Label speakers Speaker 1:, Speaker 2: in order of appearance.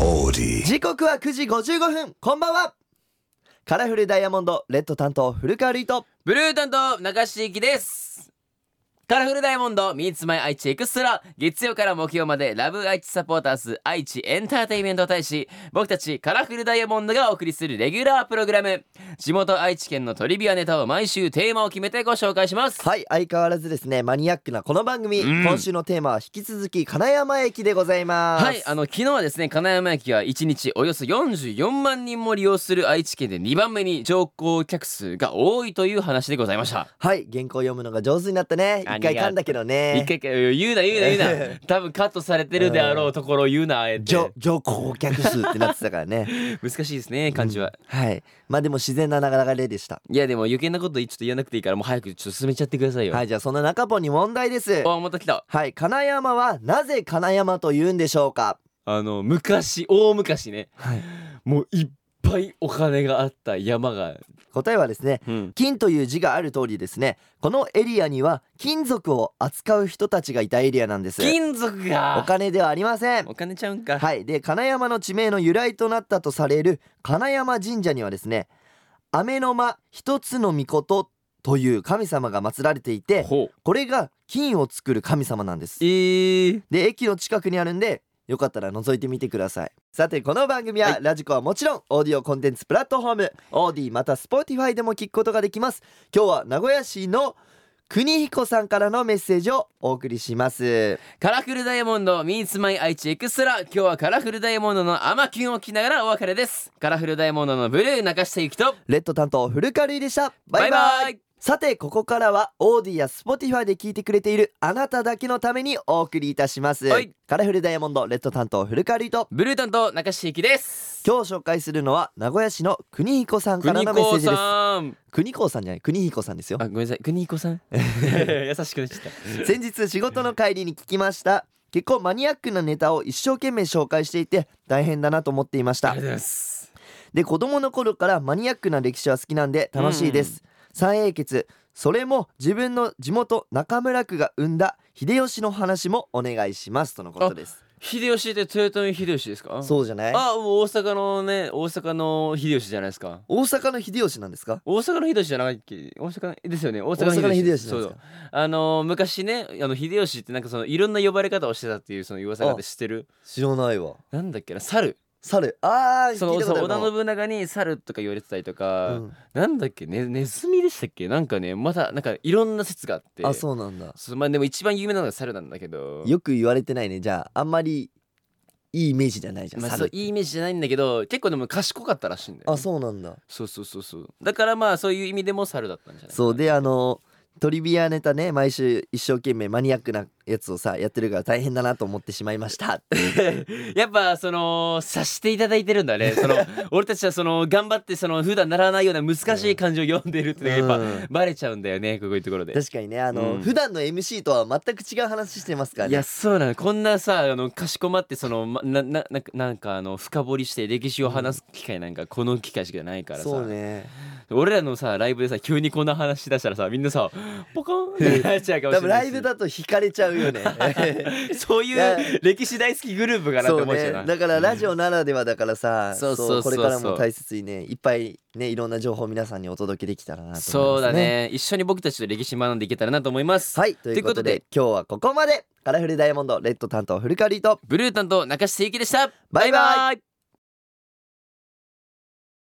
Speaker 1: オーディ
Speaker 2: 時刻は9時55分こんばんはカラフルダイヤモンドレッド担当古川瑠衣と
Speaker 3: ブルー担当中志きですカラフルダイヤモンド Meets My 愛知エクストラ月曜から木曜までラブ愛知サポーターズ愛知エンターテインメント大使僕たちカラフルダイヤモンドがお送りするレギュラープログラム地元愛知県のトリビアネタを毎週テーマを決めてご紹介します
Speaker 2: はい相変わらずですねマニアックなこの番組、
Speaker 3: うん
Speaker 2: 今週のテーマは引き続き金山駅でございます
Speaker 3: はい、あの昨日はですね金山駅は1日およそ44万人も利用する愛知県で2番目に乗降客数が多いという話でございました
Speaker 2: はい原稿読むのが上手になったね
Speaker 3: あ
Speaker 2: 一回
Speaker 3: りがとう
Speaker 2: 噛んだけど
Speaker 3: 一
Speaker 2: ね
Speaker 3: 回一回言うな言うな言うな多分カットされてるであろうところを言うなあえて
Speaker 2: 上上降客数ってなってたから ね
Speaker 3: 難しいですね漢字は、
Speaker 2: はいまあでも自然な流れでした
Speaker 3: いやでも余計なことちょっと言わなくていいからもう早くちょっと進めちゃってくださいよ、
Speaker 2: はいじゃあそんな中ポンに問題です
Speaker 3: あまた来た
Speaker 2: はい金山はなぜ金山と言うんでしょうか
Speaker 3: あの昔大昔ね、
Speaker 2: はい
Speaker 3: もういっぱいお金があった山が、
Speaker 2: 答えはですね
Speaker 3: うん、
Speaker 2: 金という字がある通りですねこのエリアには金属を扱う人たちがいたエリアなんです
Speaker 3: 金属
Speaker 2: お
Speaker 3: が
Speaker 2: 金ではありません
Speaker 3: お金ちゃうんか、
Speaker 2: はいで金山の地名の由来となったとされる金山神社にはですね雨の間一つの御事という神様が祀られていて
Speaker 3: ほう
Speaker 2: これが金を作る神様なんです
Speaker 3: えー、
Speaker 2: で駅の近くにあるんでよかったら覗いてみてくださいさてこの番組は、
Speaker 3: は
Speaker 2: ラジコはもちろんオーディオコンテンツプラットフォームオーディまた Spotify でも聞くことができます今日は名古屋市の国彦さんからのメッセージをお送りします
Speaker 3: カラフルダイヤモンド Meets My 愛知エクストラ今日はカラフルダイヤモンドのアマキュンを聞きながらお別れですカラフルダイヤモンドのブルー中下ゆきと
Speaker 2: レッド担当古川瑠衣でしたバイバイ
Speaker 3: バイバイ
Speaker 2: さてここからはオーディや Spotify で聞いてくれているあなただけのためにお送りいたします、
Speaker 3: はい
Speaker 2: カラフルダイヤモンドレッド担当古川瑠衣と
Speaker 3: ブルー担当中下ゆきです
Speaker 2: 今日紹介するのは名古屋市の国彦さんから
Speaker 3: 国
Speaker 2: のメッセー
Speaker 3: 子
Speaker 2: ジです
Speaker 3: さん
Speaker 2: 国彦さんじゃない国彦さんですよ
Speaker 3: あごめんなさい国子 さん優しくなっちゃった
Speaker 2: 先日仕事の帰りに聞きました結構マニアックなネタを一生懸命紹介していて大変だなと思っていまし
Speaker 3: あ
Speaker 2: た
Speaker 3: りがとうございます
Speaker 2: で子供の頃からマニアックな歴史は好きなんで楽しいです、三英傑それも自分の地元中村区が生んだ秀吉の話もお願いしますとのことです
Speaker 3: 秀吉って豊臣秀吉ですか
Speaker 2: そうじゃない
Speaker 3: あもう大阪のね大阪の秀吉じゃないですか
Speaker 2: 大阪の秀吉なんですか
Speaker 3: 大阪の秀吉じゃないっけ大阪ですよね大
Speaker 2: 大
Speaker 3: 阪の
Speaker 2: 阪の秀吉なんです
Speaker 3: そう
Speaker 2: か
Speaker 3: だあのー昔ねあの秀吉ってなんかそのいろんな呼ばれ方をしてたっていうその噂があって知ってる
Speaker 2: 知らないわ
Speaker 3: なんだっけな猿
Speaker 2: 猿あー
Speaker 3: そ
Speaker 2: 聞い
Speaker 3: の
Speaker 2: た
Speaker 3: そ
Speaker 2: こ
Speaker 3: う
Speaker 2: とあるか
Speaker 3: 織田
Speaker 2: も
Speaker 3: 信長に猿とか言われてたりと
Speaker 2: う
Speaker 3: か、
Speaker 2: ん
Speaker 3: なんだっけねネズミでしたっけなんかねまたなんかいろんな説があって
Speaker 2: あそうなんだ
Speaker 3: そうまあでも一番有名なのが猿なんだけど
Speaker 2: よく言われてないねじゃああんまりいいイメージじゃないじゃん、
Speaker 3: まあ、
Speaker 2: 猿
Speaker 3: そう
Speaker 2: って
Speaker 3: いいイメージじゃないんだけど結構でも賢かったらしいんだよ、ね、
Speaker 2: あそうなんだ
Speaker 3: そうそうそうそうだからまあそういう意味でも猿だったんじゃないかな
Speaker 2: そうであのトリビアネタね毎週一生懸命マニアックなやつをさやってるから大変だなと思ってしまいました
Speaker 3: やっぱその察していただいてるんだ ねその俺たちはその頑張ってその普段習わないような難しい漢字を読んでるっていうのがやっ
Speaker 2: うん
Speaker 3: ぱバレちゃうんだよねこういうところで。
Speaker 2: 確かにねあの、
Speaker 3: うん
Speaker 2: 普段の MC とは全く違う話してますから
Speaker 3: い
Speaker 2: ね
Speaker 3: やそうなのこんなさあのかしこまってそのまななななんかあの深掘りして歴史を話す機会なんかこの機会しかないからさ、
Speaker 2: そうね
Speaker 3: 俺らのさライブでさ急にこんな話し出したらさみんなさポカンってなっちゃうかも
Speaker 2: 多
Speaker 3: しれ
Speaker 2: 分
Speaker 3: な
Speaker 2: ラ
Speaker 3: い
Speaker 2: イ
Speaker 3: し
Speaker 2: ブだと惹かれちゃうよね
Speaker 3: そうい
Speaker 2: いや
Speaker 3: う歴史大好きグループかなって
Speaker 2: そう
Speaker 3: 思っちゃ
Speaker 2: ね
Speaker 3: うな。
Speaker 2: だからラジオならではだからさ
Speaker 3: そうそうそうそう
Speaker 2: これからも大切にねいっぱいねいろんな情報を皆さんにお届けできたらなと思います、ね、
Speaker 3: そうだね一緒に僕たちと歴史学んでいけたらなと思います、
Speaker 2: はいということで今日はここまでカラフルダイヤモンドレッド担当古カリーと
Speaker 3: ブルー担当中下ゆきでした
Speaker 2: バイバイ
Speaker 3: イ